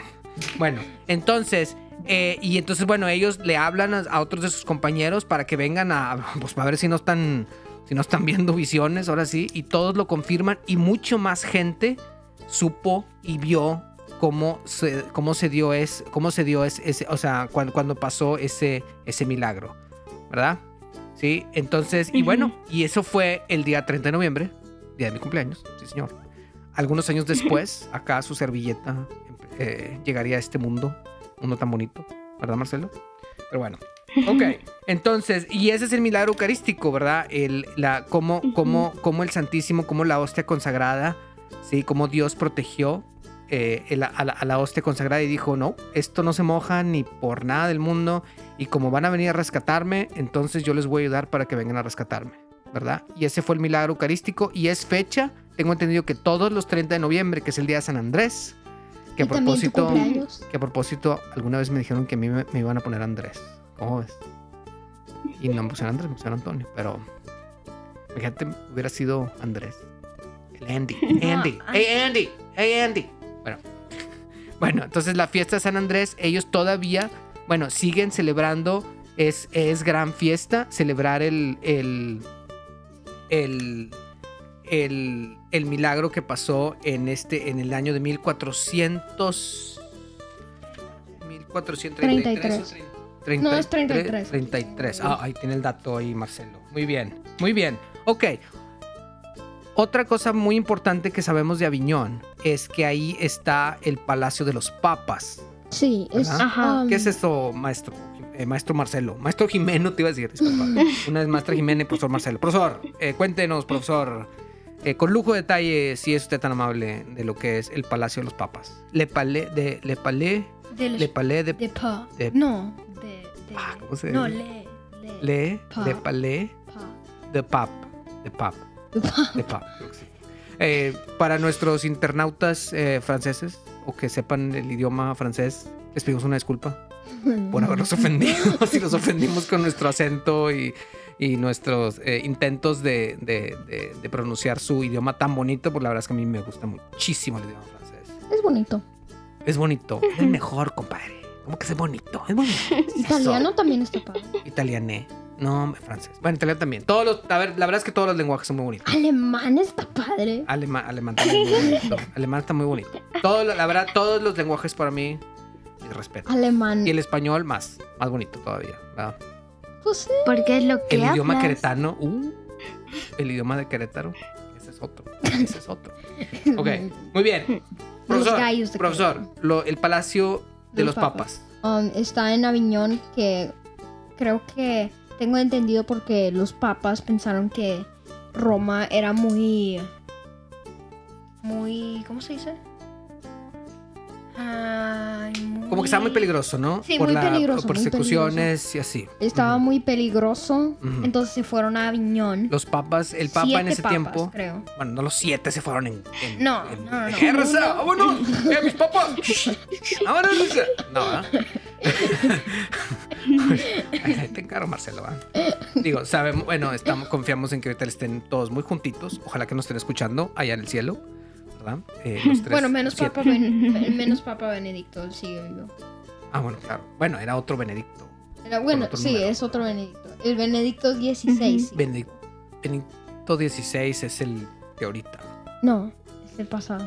Speaker 2: Bueno, entonces eh, y entonces bueno ellos le hablan a, a otros de sus compañeros para que vengan a pues para ver si no están si no están viendo visiones ahora sí y todos lo confirman y mucho más gente supo y vio cómo se, cómo se dio es cómo se dio es, ese o sea cuando, cuando pasó ese ese milagro verdad sí entonces y bueno y eso fue el día 30 de noviembre día de mi cumpleaños sí señor algunos años después acá su servilleta eh, llegaría a este mundo mundo tan bonito verdad Marcelo pero bueno Ok. Entonces, y ese es el milagro eucarístico, ¿verdad? El, la, cómo, cómo, cómo el Santísimo, cómo la hostia consagrada, ¿sí? Cómo Dios protegió eh, el- a, la, a la hostia consagrada y dijo, no, esto no se moja ni por nada del mundo. Y como van a venir a rescatarme, entonces yo les voy a ayudar para que vengan a rescatarme, ¿verdad? Y ese fue el milagro eucarístico y es fecha, tengo entendido que todos los 30 de noviembre, que es el día de San Andrés, que a
Speaker 1: Y también tu
Speaker 2: propósito...
Speaker 1: cumpleaños.
Speaker 2: Que a propósito, alguna vez me dijeron que a mí me, me iban a poner Andrés. ¿Cómo ves? Y no me pusieron Andrés, me pusieron Antonio. Pero fíjate, hubiera sido Andrés. El Andy. Hey, Andy.
Speaker 1: Ah,
Speaker 2: Hey, Andy. Hey, Andy. Bueno. Bueno, entonces la fiesta de San Andrés, ellos todavía, bueno, siguen celebrando. Es, es gran fiesta celebrar el, el, el, el, el milagro que pasó en, este, en el año de 1400. 1433. o trein-
Speaker 1: No, es 33.
Speaker 2: 33. 33. Ah, ahí tiene el dato ahí, Marcelo. Muy bien, muy bien. Ok. Otra cosa muy importante que sabemos de Aviñón es que ahí está el Palacio de los Papas.
Speaker 1: Sí, es.
Speaker 2: ¿Verdad?
Speaker 3: Ajá.
Speaker 1: um,
Speaker 2: ¿Qué es eso, maestro? Eh, maestro Marcelo. Maestro Jimeno, te iba a decir, disculpa. Una vez maestra Jimena y profesor Marcelo. Profesor, eh, cuéntenos, profesor, eh, con lujo de detalle, si es usted tan amable, de lo que es el Palacio de los Papas. Le Palais de... Le Palais...
Speaker 1: De los-
Speaker 2: Le Palais de...
Speaker 1: de pa.
Speaker 2: de-
Speaker 1: no, de. de-
Speaker 2: Ah, ¿cómo se
Speaker 1: No,
Speaker 2: dice?
Speaker 1: le. Le.
Speaker 2: Le...
Speaker 1: Pa.
Speaker 2: Le Palais
Speaker 1: pa.
Speaker 2: de Pap. De Pap.
Speaker 1: De pa.
Speaker 2: De Pap. creo que sí. Eh, para nuestros internautas eh, franceses o que sepan el idioma francés, les pedimos una disculpa. por haberlos ofendido, si los ofendimos con nuestro acento y, y nuestros eh, intentos de, de- de- de pronunciar su idioma tan bonito, pues la verdad es que a mí me gusta muchísimo el idioma francés.
Speaker 1: Es bonito.
Speaker 2: Es bonito, es el mejor, compadre. ¿Cómo que es bonito? Es bonito. Es eso.
Speaker 1: Italiano también está padre.
Speaker 2: Italiané. No, hombre, francés. Bueno, italiano también. Todos los, a ver, la verdad es que todos los lenguajes son muy bonitos.
Speaker 1: Alemán está padre.
Speaker 2: Alema- alemán también es muy bonito. Alemán está muy bonito. Todo, lo- la verdad, todos los lenguajes para mí, mis
Speaker 1: Ah.
Speaker 2: respeto.
Speaker 1: Alemán.
Speaker 2: Y el español más, más bonito todavía, ¿verdad?
Speaker 1: Pues sí.
Speaker 3: Porque es lo que
Speaker 2: El idioma
Speaker 3: hablas.
Speaker 2: queretano. uh, el idioma de Querétaro. Ese es otro. Ese es otro. Ok, muy bien. Profesor,
Speaker 1: gallos de
Speaker 2: profesor lo- el palacio de los, papas.
Speaker 1: Um, está en Aviñón que creo que tengo entendido porque los papas pensaron que Roma era muy... Muy... ¿Cómo se dice? Ay,
Speaker 2: Como que estaba muy peligroso, ¿no?
Speaker 1: Sí, muy peligroso,
Speaker 2: Por
Speaker 1: muy
Speaker 2: persecuciones y así.
Speaker 1: Estaba
Speaker 2: Ujú.
Speaker 1: muy peligroso,
Speaker 2: Ujú.
Speaker 1: entonces se fueron a Aviñón.
Speaker 2: Los papas, el papa en
Speaker 1: Siete
Speaker 2: ese
Speaker 1: papas,
Speaker 2: tiempo.
Speaker 1: creo.
Speaker 2: Bueno, no los siete se fueron en. en-
Speaker 1: No,
Speaker 2: en-
Speaker 1: no, no, no.
Speaker 2: ¡Eh, raza!
Speaker 1: Uno.
Speaker 2: ¡Vámonos! ¡Eh, mis papas! ¡Vámonos, Luisa! No, ¿verdad? Ay, ahí te encargo, Marcelo. ¿verdad? Digo, sabemos, bueno, estamos, confiamos en que ahorita estén todos muy juntitos. Ojalá que nos estén escuchando allá en el cielo, ¿verdad? Eh, los tres,
Speaker 1: bueno, menos
Speaker 2: siete.
Speaker 1: papa, Ben- ben- menos papa Benedicto, él sigue vivo.
Speaker 2: Ah, bueno, claro. Bueno, era otro Benedicto.
Speaker 1: Era- bueno,
Speaker 2: otro
Speaker 1: sí,
Speaker 2: número.
Speaker 1: es otro Benedicto. El Benedicto 16. sí.
Speaker 2: Benedic- Benedicto XVI es el de ahorita.
Speaker 1: No, es el pasado.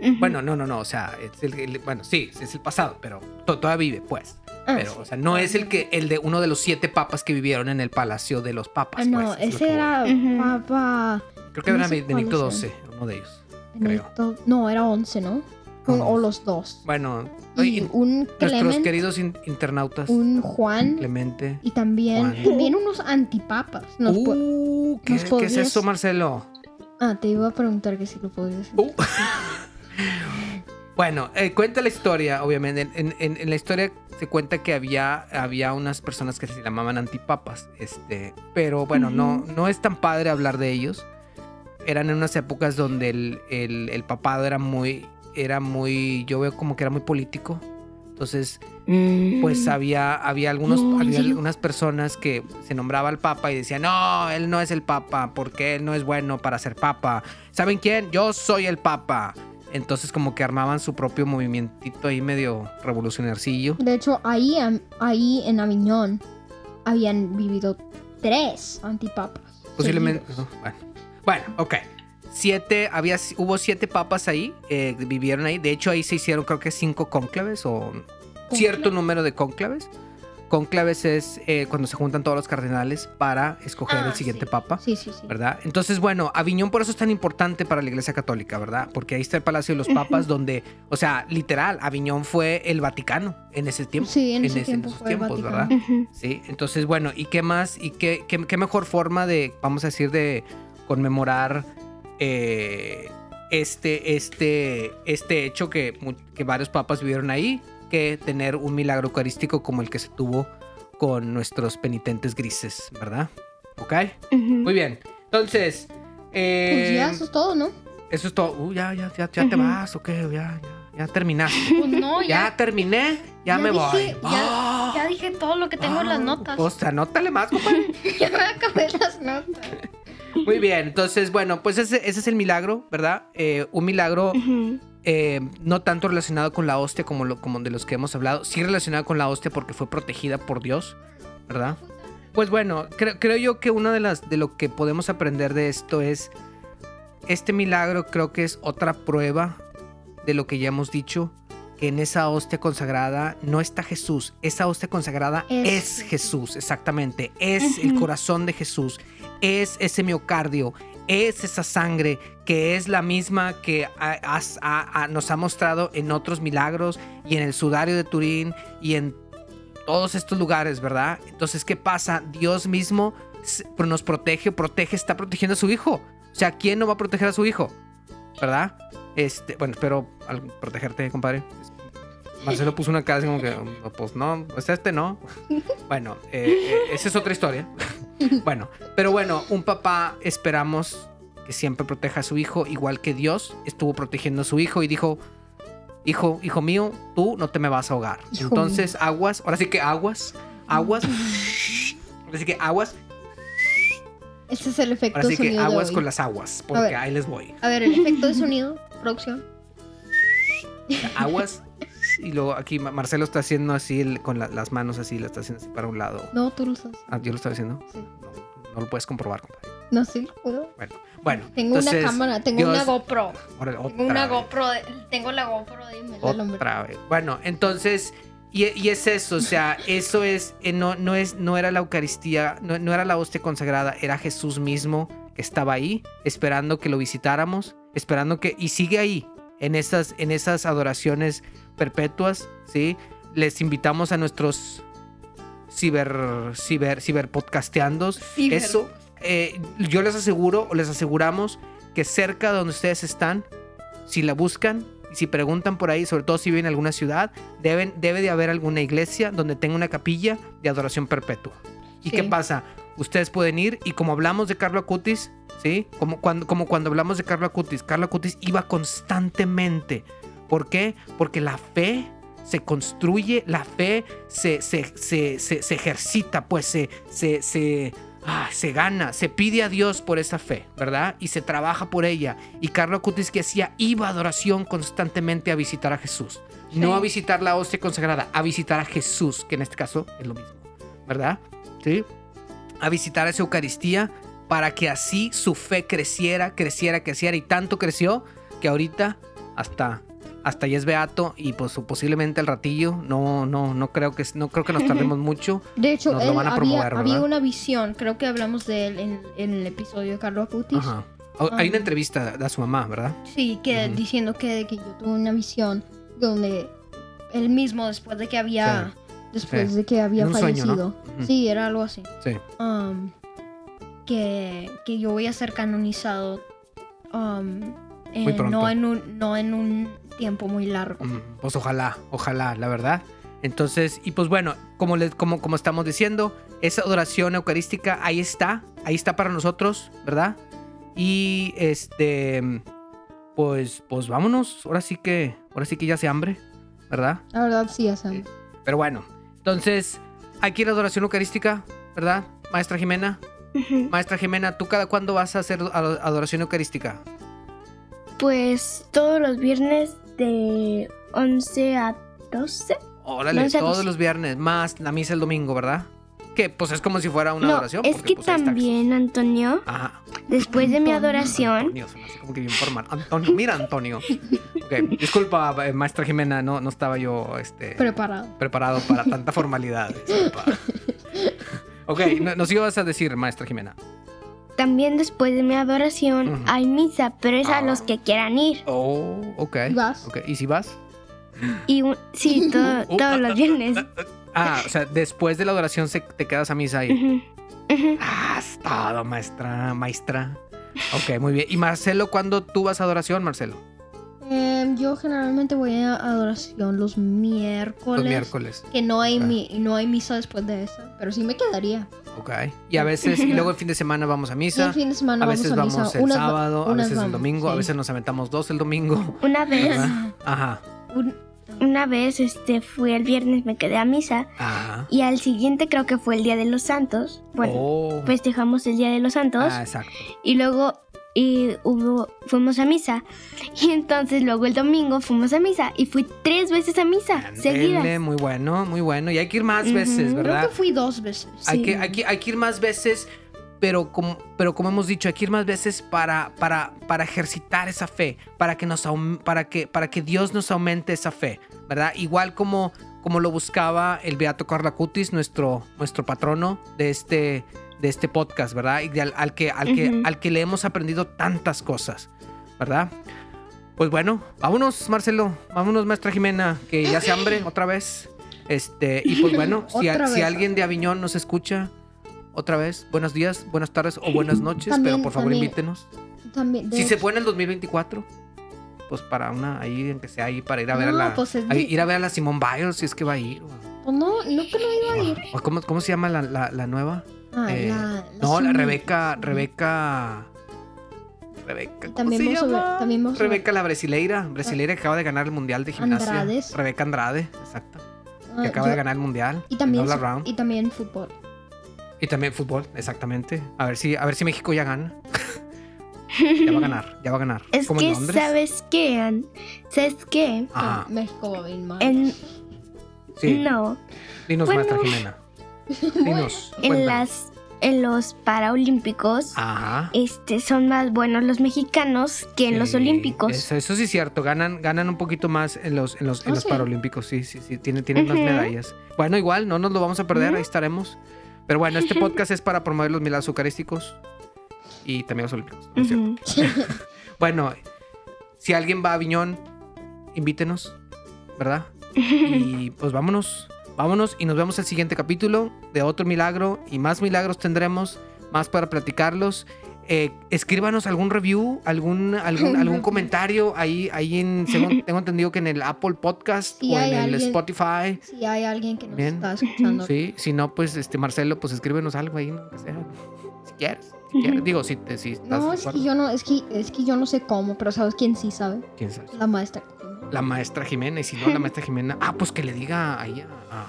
Speaker 3: Ujú.
Speaker 2: Bueno, no, no, no. O sea, es el, el- bueno, sí, es el pasado, pero to- todavía vive, pues.
Speaker 1: Ah,
Speaker 2: Pero,
Speaker 1: sí.
Speaker 2: o sea, no es el que el de uno de los siete papas que vivieron en el palacio de los
Speaker 1: Ah,
Speaker 2: papas.
Speaker 1: no,
Speaker 2: pues, es lo
Speaker 1: ese
Speaker 2: que
Speaker 1: era
Speaker 3: Ujú.
Speaker 1: Papa
Speaker 2: voy. Creo que
Speaker 1: no
Speaker 2: era
Speaker 1: sé
Speaker 2: Benedicto
Speaker 1: cuáles
Speaker 2: XII,
Speaker 1: son.
Speaker 2: uno de ellos.
Speaker 1: Benedicto. No, era 11, ¿no? O,
Speaker 2: Ujú.
Speaker 1: o los dos.
Speaker 2: Bueno,
Speaker 1: Y
Speaker 2: oye,
Speaker 1: un
Speaker 2: nuestros
Speaker 1: Clement,
Speaker 2: queridos in- internautas,
Speaker 1: un Juan
Speaker 2: Clemente.
Speaker 1: y también,
Speaker 2: Juan.
Speaker 1: también unos antipapas. Nos po-
Speaker 2: Uh, ¿qué,
Speaker 1: nos
Speaker 2: qué es
Speaker 1: podrías-
Speaker 2: eso, Marcelo?
Speaker 1: ah, te iba a preguntar que si lo podías decir.
Speaker 2: Uh. Bueno, eh, cuenta la historia, obviamente. En, en- en- en la historia se cuenta que había, había unas personas que se llamaban antipapas. Este, pero bueno, no, no es tan padre hablar de ellos. Eran en unas épocas donde el, el- el papado era muy, era muy, yo veo como que era muy político. Entonces, pues
Speaker 1: Mm.
Speaker 3: Mm.
Speaker 2: había, había algunos,
Speaker 3: No, ¿en
Speaker 2: había
Speaker 3: serio?
Speaker 2: algunas personas que se nombraba al papa y decían, no, él no es el papa, porque él no es bueno para ser papa. ¿Saben quién? Yo soy el papa. Entonces como que armaban su propio movimientito ahí medio revolucionarcillo.
Speaker 1: De hecho, ahí, am- ahí en Aviñón habían vivido tres antipapas.
Speaker 2: Posiblemente.
Speaker 1: seguidos.
Speaker 2: no, bueno. bueno, ok. Siete, había, hubo siete papas ahí, eh, vivieron ahí. De hecho, ahí se hicieron creo que cinco cónclaves o cierto número de cónclaves. cónclaves es eh, cuando se juntan todos los cardenales para escoger
Speaker 1: Ah,
Speaker 2: el siguiente
Speaker 1: sí.
Speaker 2: papa.
Speaker 1: Sí, sí, sí.
Speaker 2: ¿verdad? Entonces, bueno, Aviñón por eso es tan importante para la Iglesia Católica, ¿verdad? Porque ahí está el Palacio de los Papas, donde, o sea, literal, Aviñón fue el Vaticano en ese tiempo.
Speaker 1: Sí, en,
Speaker 2: En
Speaker 1: ese
Speaker 2: ese-
Speaker 1: tiempo
Speaker 2: en esos
Speaker 1: fue el
Speaker 2: tiempos,
Speaker 1: Vaticano.
Speaker 2: ¿verdad?
Speaker 3: Ujú.
Speaker 2: Sí, entonces, bueno, ¿y qué más? ¿Y qué, qué, qué mejor forma de, vamos a decir, de conmemorar eh, este, este, este hecho que, mu- que varios papas vivieron ahí que tener un milagro eucarístico como el que se tuvo con nuestros penitentes grises, ¿verdad? ¿Ok?
Speaker 3: Ujú.
Speaker 2: Muy bien. Entonces, eh,
Speaker 1: Pues ya, eso es todo, ¿no?
Speaker 2: eso es todo. Uh, ya, ya, ya, ya te
Speaker 3: Ujú.
Speaker 2: vas, ok, ya, ya, ya terminaste.
Speaker 4: Pues no,
Speaker 2: ya
Speaker 4: ya,
Speaker 2: terminé, ya,
Speaker 1: Ya
Speaker 2: me
Speaker 1: dije,
Speaker 2: voy.
Speaker 1: ya-
Speaker 2: Ah,
Speaker 4: ya dije todo lo que tengo en las
Speaker 2: ah,
Speaker 4: notas.
Speaker 2: Pues anótale más, compadre.
Speaker 1: Ya me acabé las notas.
Speaker 2: Muy bien, entonces, bueno, pues ese, ese es el milagro, ¿verdad? Eh, un milagro
Speaker 3: Ujú.
Speaker 2: eh, no tanto relacionado con la hostia como, lo, como de los que hemos hablado, sí relacionado con la hostia porque fue protegida por Dios, ¿verdad? Pues bueno, creo, creo yo que una de las de lo que podemos aprender de esto es este milagro creo que es otra prueba de lo que ya hemos dicho que en esa hostia consagrada no está Jesús, esa hostia consagrada
Speaker 1: Es
Speaker 2: es, Jesús, exactamente, es el
Speaker 3: Ujú.
Speaker 2: corazón de Jesús, es ese miocardio, es esa sangre que es la misma que ha- has- ha- ha- nos ha mostrado en otros milagros y en el sudario de Turín y en todos estos lugares, ¿verdad? Entonces, ¿qué pasa? Dios mismo s- nos protege, protege, está protegiendo a su hijo. O sea, ¿quién no va a proteger a su hijo? ¿Verdad? Este, bueno, espero al- protegerte, compadre. Marcelo puso una cara así como que, "No, pues no, pues este no. Bueno, eh, eh, esa es otra historia. Bueno, pero bueno, un papá esperamos que siempre proteja a su hijo, igual que Dios estuvo protegiendo a su hijo y dijo, hijo, hijo mío, tú no te me vas a ahogar.
Speaker 1: Hijo
Speaker 2: Entonces, aguas, ahora sí que aguas, aguas, así que aguas,
Speaker 1: Ese es el efecto
Speaker 2: ahora sí que
Speaker 1: sonido de
Speaker 2: aguas
Speaker 1: hoy.
Speaker 2: con las aguas,
Speaker 1: A
Speaker 2: porque
Speaker 1: ver.
Speaker 2: ahí les voy.
Speaker 1: A ver, el efecto de sonido, producción.
Speaker 2: Aguas. Y luego aquí Ma- Marcelo está haciendo así el- con la- las manos así, la está haciendo así para un lado.
Speaker 1: No, tú lo sabes.
Speaker 2: Ah, yo lo estaba haciendo.
Speaker 1: Sí.
Speaker 2: No, no lo puedes comprobar, compadre.
Speaker 1: No sé, puedo.
Speaker 2: Bueno, bueno.
Speaker 1: Tengo
Speaker 2: entonces,
Speaker 1: una cámara, tengo
Speaker 2: Dios-
Speaker 1: una GoPro.
Speaker 2: órale,
Speaker 4: Tengo una
Speaker 2: otra vez.
Speaker 4: GoPro, de- tengo la GoPro de Imelda del hombre.
Speaker 2: Otra vez. Bueno, entonces, y, y es eso, o sea, eso es, eh, no, no es, no era la Eucaristía, no, no era la hostia consagrada, era Jesús mismo que estaba ahí, esperando que lo visitáramos, esperando que, y sigue ahí, en esas, en esas adoraciones perpetuas, ¿sí? Les invitamos a nuestros ciber, ciber, ciberpodcasteandos.
Speaker 4: Ciber.
Speaker 2: Eso, eh, yo les aseguro, o les aseguramos que cerca de donde ustedes están, si la buscan y si preguntan por ahí, sobre todo si viven en alguna ciudad, deben, debe de haber alguna iglesia donde tenga una capilla de adoración perpetua. ¿Y
Speaker 1: Sí.
Speaker 2: qué pasa? Ustedes pueden ir y como hablamos de Carlo Acutis, ¿sí? Como cuando, como cuando hablamos de Carlo Acutis, Carlo Acutis iba constantemente. ¿Por qué? Porque la fe se construye, la fe se, se, se, se- se ejercita, pues se, se, se, ah, se gana, se pide a Dios por esa fe, ¿verdad? Y se trabaja por ella. Y Carlo Cutis que hacía, iba a adoración constantemente a visitar a Jesús. No
Speaker 1: Sí.
Speaker 2: a visitar la hostia consagrada, a visitar a Jesús, que en este caso es lo mismo, ¿verdad? Sí. A visitar esa Eucaristía para que así su fe creciera, creciera, creciera. Y tanto creció que ahorita hasta hasta ya es beato y pues posiblemente al ratillo no no no creo que no creo que nos tardemos mucho
Speaker 1: De hecho,
Speaker 2: Nos lo
Speaker 1: él
Speaker 2: van a
Speaker 1: había,
Speaker 2: promover,
Speaker 1: había
Speaker 2: ¿verdad?
Speaker 1: una visión, creo que hablamos de él en, en el episodio de Carlos Acutis.
Speaker 2: Ajá. O- Hay
Speaker 1: Ah.
Speaker 2: una entrevista de- a su mamá, ¿verdad?
Speaker 1: Sí, que
Speaker 2: Ujú.
Speaker 1: diciendo que, que yo tuve una visión donde él mismo, después de que había, después
Speaker 2: sí.
Speaker 1: de que había
Speaker 2: Era un sueño,
Speaker 1: fallecido,
Speaker 2: ¿no? Ujú.
Speaker 1: sí, era algo así,
Speaker 2: Sí.
Speaker 1: um, que, que yo voy a ser canonizado, um, eh,
Speaker 2: pronto.
Speaker 1: no en un no en un tiempo muy largo.
Speaker 2: Mm, Pues ojalá, ojalá, la verdad. Entonces, y pues bueno, como, les, como, como estamos diciendo, esa adoración eucarística ahí está, ahí está para nosotros, ¿verdad? Y este, pues, pues vámonos, ahora sí que, ahora sí que ya se hambre, ¿verdad?
Speaker 1: La verdad sí, ya saben.
Speaker 2: Pero bueno, entonces, aquí la adoración eucarística, ¿verdad? Maestra Jimena,
Speaker 3: Ujú.
Speaker 2: maestra Jimena, ¿tú cada cuándo vas a hacer ado- adoración eucarística?
Speaker 3: Pues todos los viernes de 11 a 12.
Speaker 2: Órale,
Speaker 3: Vamos a
Speaker 2: todos
Speaker 3: los- pues
Speaker 2: los viernes, más la misa el domingo, ¿verdad? que pues es como si fuera una
Speaker 3: No,
Speaker 2: adoración.
Speaker 3: es
Speaker 2: porque,
Speaker 3: que
Speaker 2: pues, ahí está.
Speaker 3: también, Antonio,
Speaker 2: Ajá.
Speaker 3: después de mi
Speaker 1: Antonio.
Speaker 3: adoración,
Speaker 2: Antonio, se me hace como que bien formal. Antonio, mira, Antonio. Ok, disculpa, eh, maestra Jimena, no, no estaba yo este,
Speaker 1: Preparado.
Speaker 2: preparado para tanta formalidad. disculpa. Ok, no- nos ibas a decir, maestra Jimena.
Speaker 3: también después de mi adoración
Speaker 2: Ujú.
Speaker 3: hay misa, pero es
Speaker 2: Ah.
Speaker 3: a los que quieran ir.
Speaker 2: Oh, ok.
Speaker 1: ¿Y vas?
Speaker 2: Ok, ¿Y si vas?
Speaker 3: Y un- sí,
Speaker 2: Oh,
Speaker 3: todo-
Speaker 2: ah,
Speaker 3: todos
Speaker 2: ah,
Speaker 3: los viernes.
Speaker 2: Ah, o sea, después de la adoración se- te quedas a misa ahí.
Speaker 3: Ujú, ujú.
Speaker 2: Ah, es todo, maestra, maestra. Ok, muy bien. ¿Y Marcelo, cuándo tú vas a adoración, Marcelo?
Speaker 1: Em, yo generalmente voy a adoración los miércoles.
Speaker 2: Los miércoles.
Speaker 1: Que no hay,
Speaker 2: Ah.
Speaker 1: mi, no hay misa después de eso. Pero sí me quedaría.
Speaker 2: Ok. Y a veces, y luego el fin de semana vamos
Speaker 1: Y
Speaker 2: a
Speaker 1: el
Speaker 2: misa.
Speaker 1: fin de semana
Speaker 2: A veces
Speaker 1: vamos a misa.
Speaker 2: vamos el
Speaker 1: Unas va-
Speaker 2: sábado, a
Speaker 1: unas
Speaker 2: veces el
Speaker 1: vamos,
Speaker 2: domingo, a
Speaker 1: sí.
Speaker 2: veces nos aventamos dos el domingo.
Speaker 3: Una vez,
Speaker 2: ¿Verdad? Ajá.
Speaker 1: Un-
Speaker 3: una vez este, fui el viernes, me quedé a misa.
Speaker 2: Ajá.
Speaker 3: Y al siguiente creo que fue el Día de los Santos. Bueno,
Speaker 2: Oh.
Speaker 1: pues,
Speaker 3: festejamos el Día de los Santos.
Speaker 2: Ah, exacto.
Speaker 3: Y luego y hubo, fuimos a misa. Y entonces luego el domingo fuimos a misa. Y fui tres veces a misa, seguidas.
Speaker 2: Ándele, muy bueno, muy bueno. Y hay que ir más
Speaker 3: Ujú.
Speaker 2: veces,
Speaker 1: creo
Speaker 2: ¿verdad? Ah,
Speaker 1: que fui dos veces.
Speaker 2: Hay,
Speaker 3: Sí.
Speaker 2: que, hay, que, hay que ir más veces, pero como, pero como hemos dicho, hay que ir más veces para, para, para ejercitar esa fe, para que, nos, aum- para, que, para que Dios nos aumente esa fe, ¿verdad? Igual como, como lo buscaba el Beato Carla Cutis, nuestro, nuestro patrono de este, de este podcast, ¿verdad? Y de al, al que, al, que,
Speaker 3: Ujú.
Speaker 2: al que le hemos aprendido tantas cosas, ¿verdad? Pues bueno, vámonos, Marcelo. Vámonos, maestra Jimena, que ya se hambre otra vez. Este, y pues bueno, si, a-
Speaker 1: Otra
Speaker 2: si
Speaker 1: vez.
Speaker 2: alguien de Aviñón nos escucha otra vez, buenos días, buenas tardes o buenas noches,
Speaker 1: También-
Speaker 2: pero por favor
Speaker 1: también-
Speaker 2: invítenos.
Speaker 1: También, de
Speaker 2: Si se
Speaker 1: hecho-
Speaker 2: puede en el 2024, pues para una ahí, aunque sea ahí, para ir a ver
Speaker 1: No,
Speaker 2: a la.
Speaker 1: pues es
Speaker 2: a
Speaker 1: di-
Speaker 2: ir a ver a la Simón Biles, si es que va a ir. o-
Speaker 1: Pues no, no que no iba a ir.
Speaker 2: o ¿Cómo, cómo se llama la, la- la nueva?
Speaker 1: Ah,
Speaker 2: Eh,
Speaker 1: la-
Speaker 2: no, la
Speaker 1: Simón.
Speaker 2: Rebeca, Rebeca. Rebeca. ¿cómo
Speaker 1: También
Speaker 2: se
Speaker 1: vamos a ver-
Speaker 2: llama?
Speaker 1: también vamos a ver-
Speaker 2: Rebeca la brasileira, brasileira que acaba de ganar el mundial de gimnasia.
Speaker 1: Andrades.
Speaker 2: Rebeca Andrade, exacto.
Speaker 1: Ah,
Speaker 2: Que acaba
Speaker 1: yo-
Speaker 2: de ganar el mundial.
Speaker 1: Y también,
Speaker 2: en all
Speaker 1: su-
Speaker 2: around.
Speaker 1: y también fútbol.
Speaker 2: Y también fútbol, exactamente. A ver si, a ver si México ya gana. ya va a ganar, ya va a ganar.
Speaker 3: Es
Speaker 2: Como en
Speaker 3: que,
Speaker 2: Londres.
Speaker 3: ¿sabes qué? An? ¿Sabes qué?
Speaker 2: Ajá,
Speaker 1: México va bien mal.
Speaker 3: En,
Speaker 2: Ah, sí.
Speaker 3: No,
Speaker 2: Dinos,
Speaker 3: Bueno.
Speaker 2: maestra Jimena. Dinos.
Speaker 3: en,
Speaker 2: cuéntanos.
Speaker 3: las, en los Paraolímpicos
Speaker 2: Ah. Ajá.
Speaker 3: este, son más buenos los mexicanos que en los
Speaker 2: Sí,
Speaker 3: Olímpicos.
Speaker 2: Eh,
Speaker 3: Oh,
Speaker 2: Eso, eso sí es cierto, ganan, ganan un poquito más en los, en los, en
Speaker 1: Ah,
Speaker 2: los
Speaker 1: sí.
Speaker 2: Paralímpicos, sí, sí, sí, tienen, tienen más
Speaker 3: Ujú.
Speaker 2: medallas. Bueno, igual, no nos lo vamos a perder, ahí estaremos. Pero bueno, este podcast es para promover los milagros eucarísticos y también los olímpicos. ¿no es cierto?
Speaker 3: Ujú.
Speaker 2: Bueno, si alguien va a Aviñón, invítenos, ¿verdad? Y pues vámonos, vámonos y nos vemos al siguiente capítulo de otro milagro y más milagros tendremos, más para platicarlos. Eh, escríbanos algún review, algún, algún, algún comentario ahí, ahí en, según tengo entendido que en el Apple Podcast
Speaker 1: Sí,
Speaker 2: o en
Speaker 1: hay
Speaker 2: el
Speaker 1: alguien-
Speaker 2: Spotify.
Speaker 1: Si hay alguien que nos
Speaker 2: Bien.
Speaker 1: está escuchando.
Speaker 2: Sí, si no, pues este Marcelo, pues escríbenos algo ahí, ¿no? Que sea, si quieres. si quieres. Digo, si, te- si estás
Speaker 1: No,
Speaker 2: de
Speaker 1: es que
Speaker 2: acuerdo.
Speaker 1: yo no, es que, es que yo no sé cómo, pero sabes quién sí sabe.
Speaker 2: ¿Quién sabe?
Speaker 1: La maestra.
Speaker 2: la maestra Jimena y si no la maestra Jimena ah pues que le diga ahí a, a-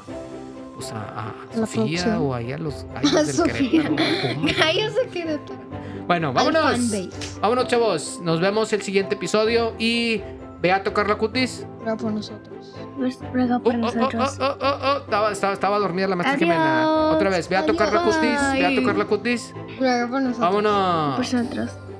Speaker 2: pues a, a
Speaker 1: la
Speaker 2: Sofía
Speaker 1: producción.
Speaker 2: o ahí a los gallos del
Speaker 1: Sofía.
Speaker 2: Querétaro, al Puma.
Speaker 1: Gallos de Querétaro.
Speaker 2: bueno
Speaker 1: Al
Speaker 2: vámonos
Speaker 1: fanbase.
Speaker 2: vámonos chavos nos vemos el siguiente episodio y ve a tocar la cutis
Speaker 1: Ruega por nosotros.
Speaker 3: Pues ruega
Speaker 2: Oh,
Speaker 3: por
Speaker 2: oh, oh,
Speaker 3: nosotros.
Speaker 2: oh, oh, oh, oh. Estaba, estaba, estaba dormida la maestra
Speaker 3: Adiós.
Speaker 2: Jimena otra vez ve a tocar la cutis ve a
Speaker 3: Ay.
Speaker 2: tocar la cutis
Speaker 1: Ruega por nosotros.
Speaker 2: vámonos
Speaker 3: Por nosotros.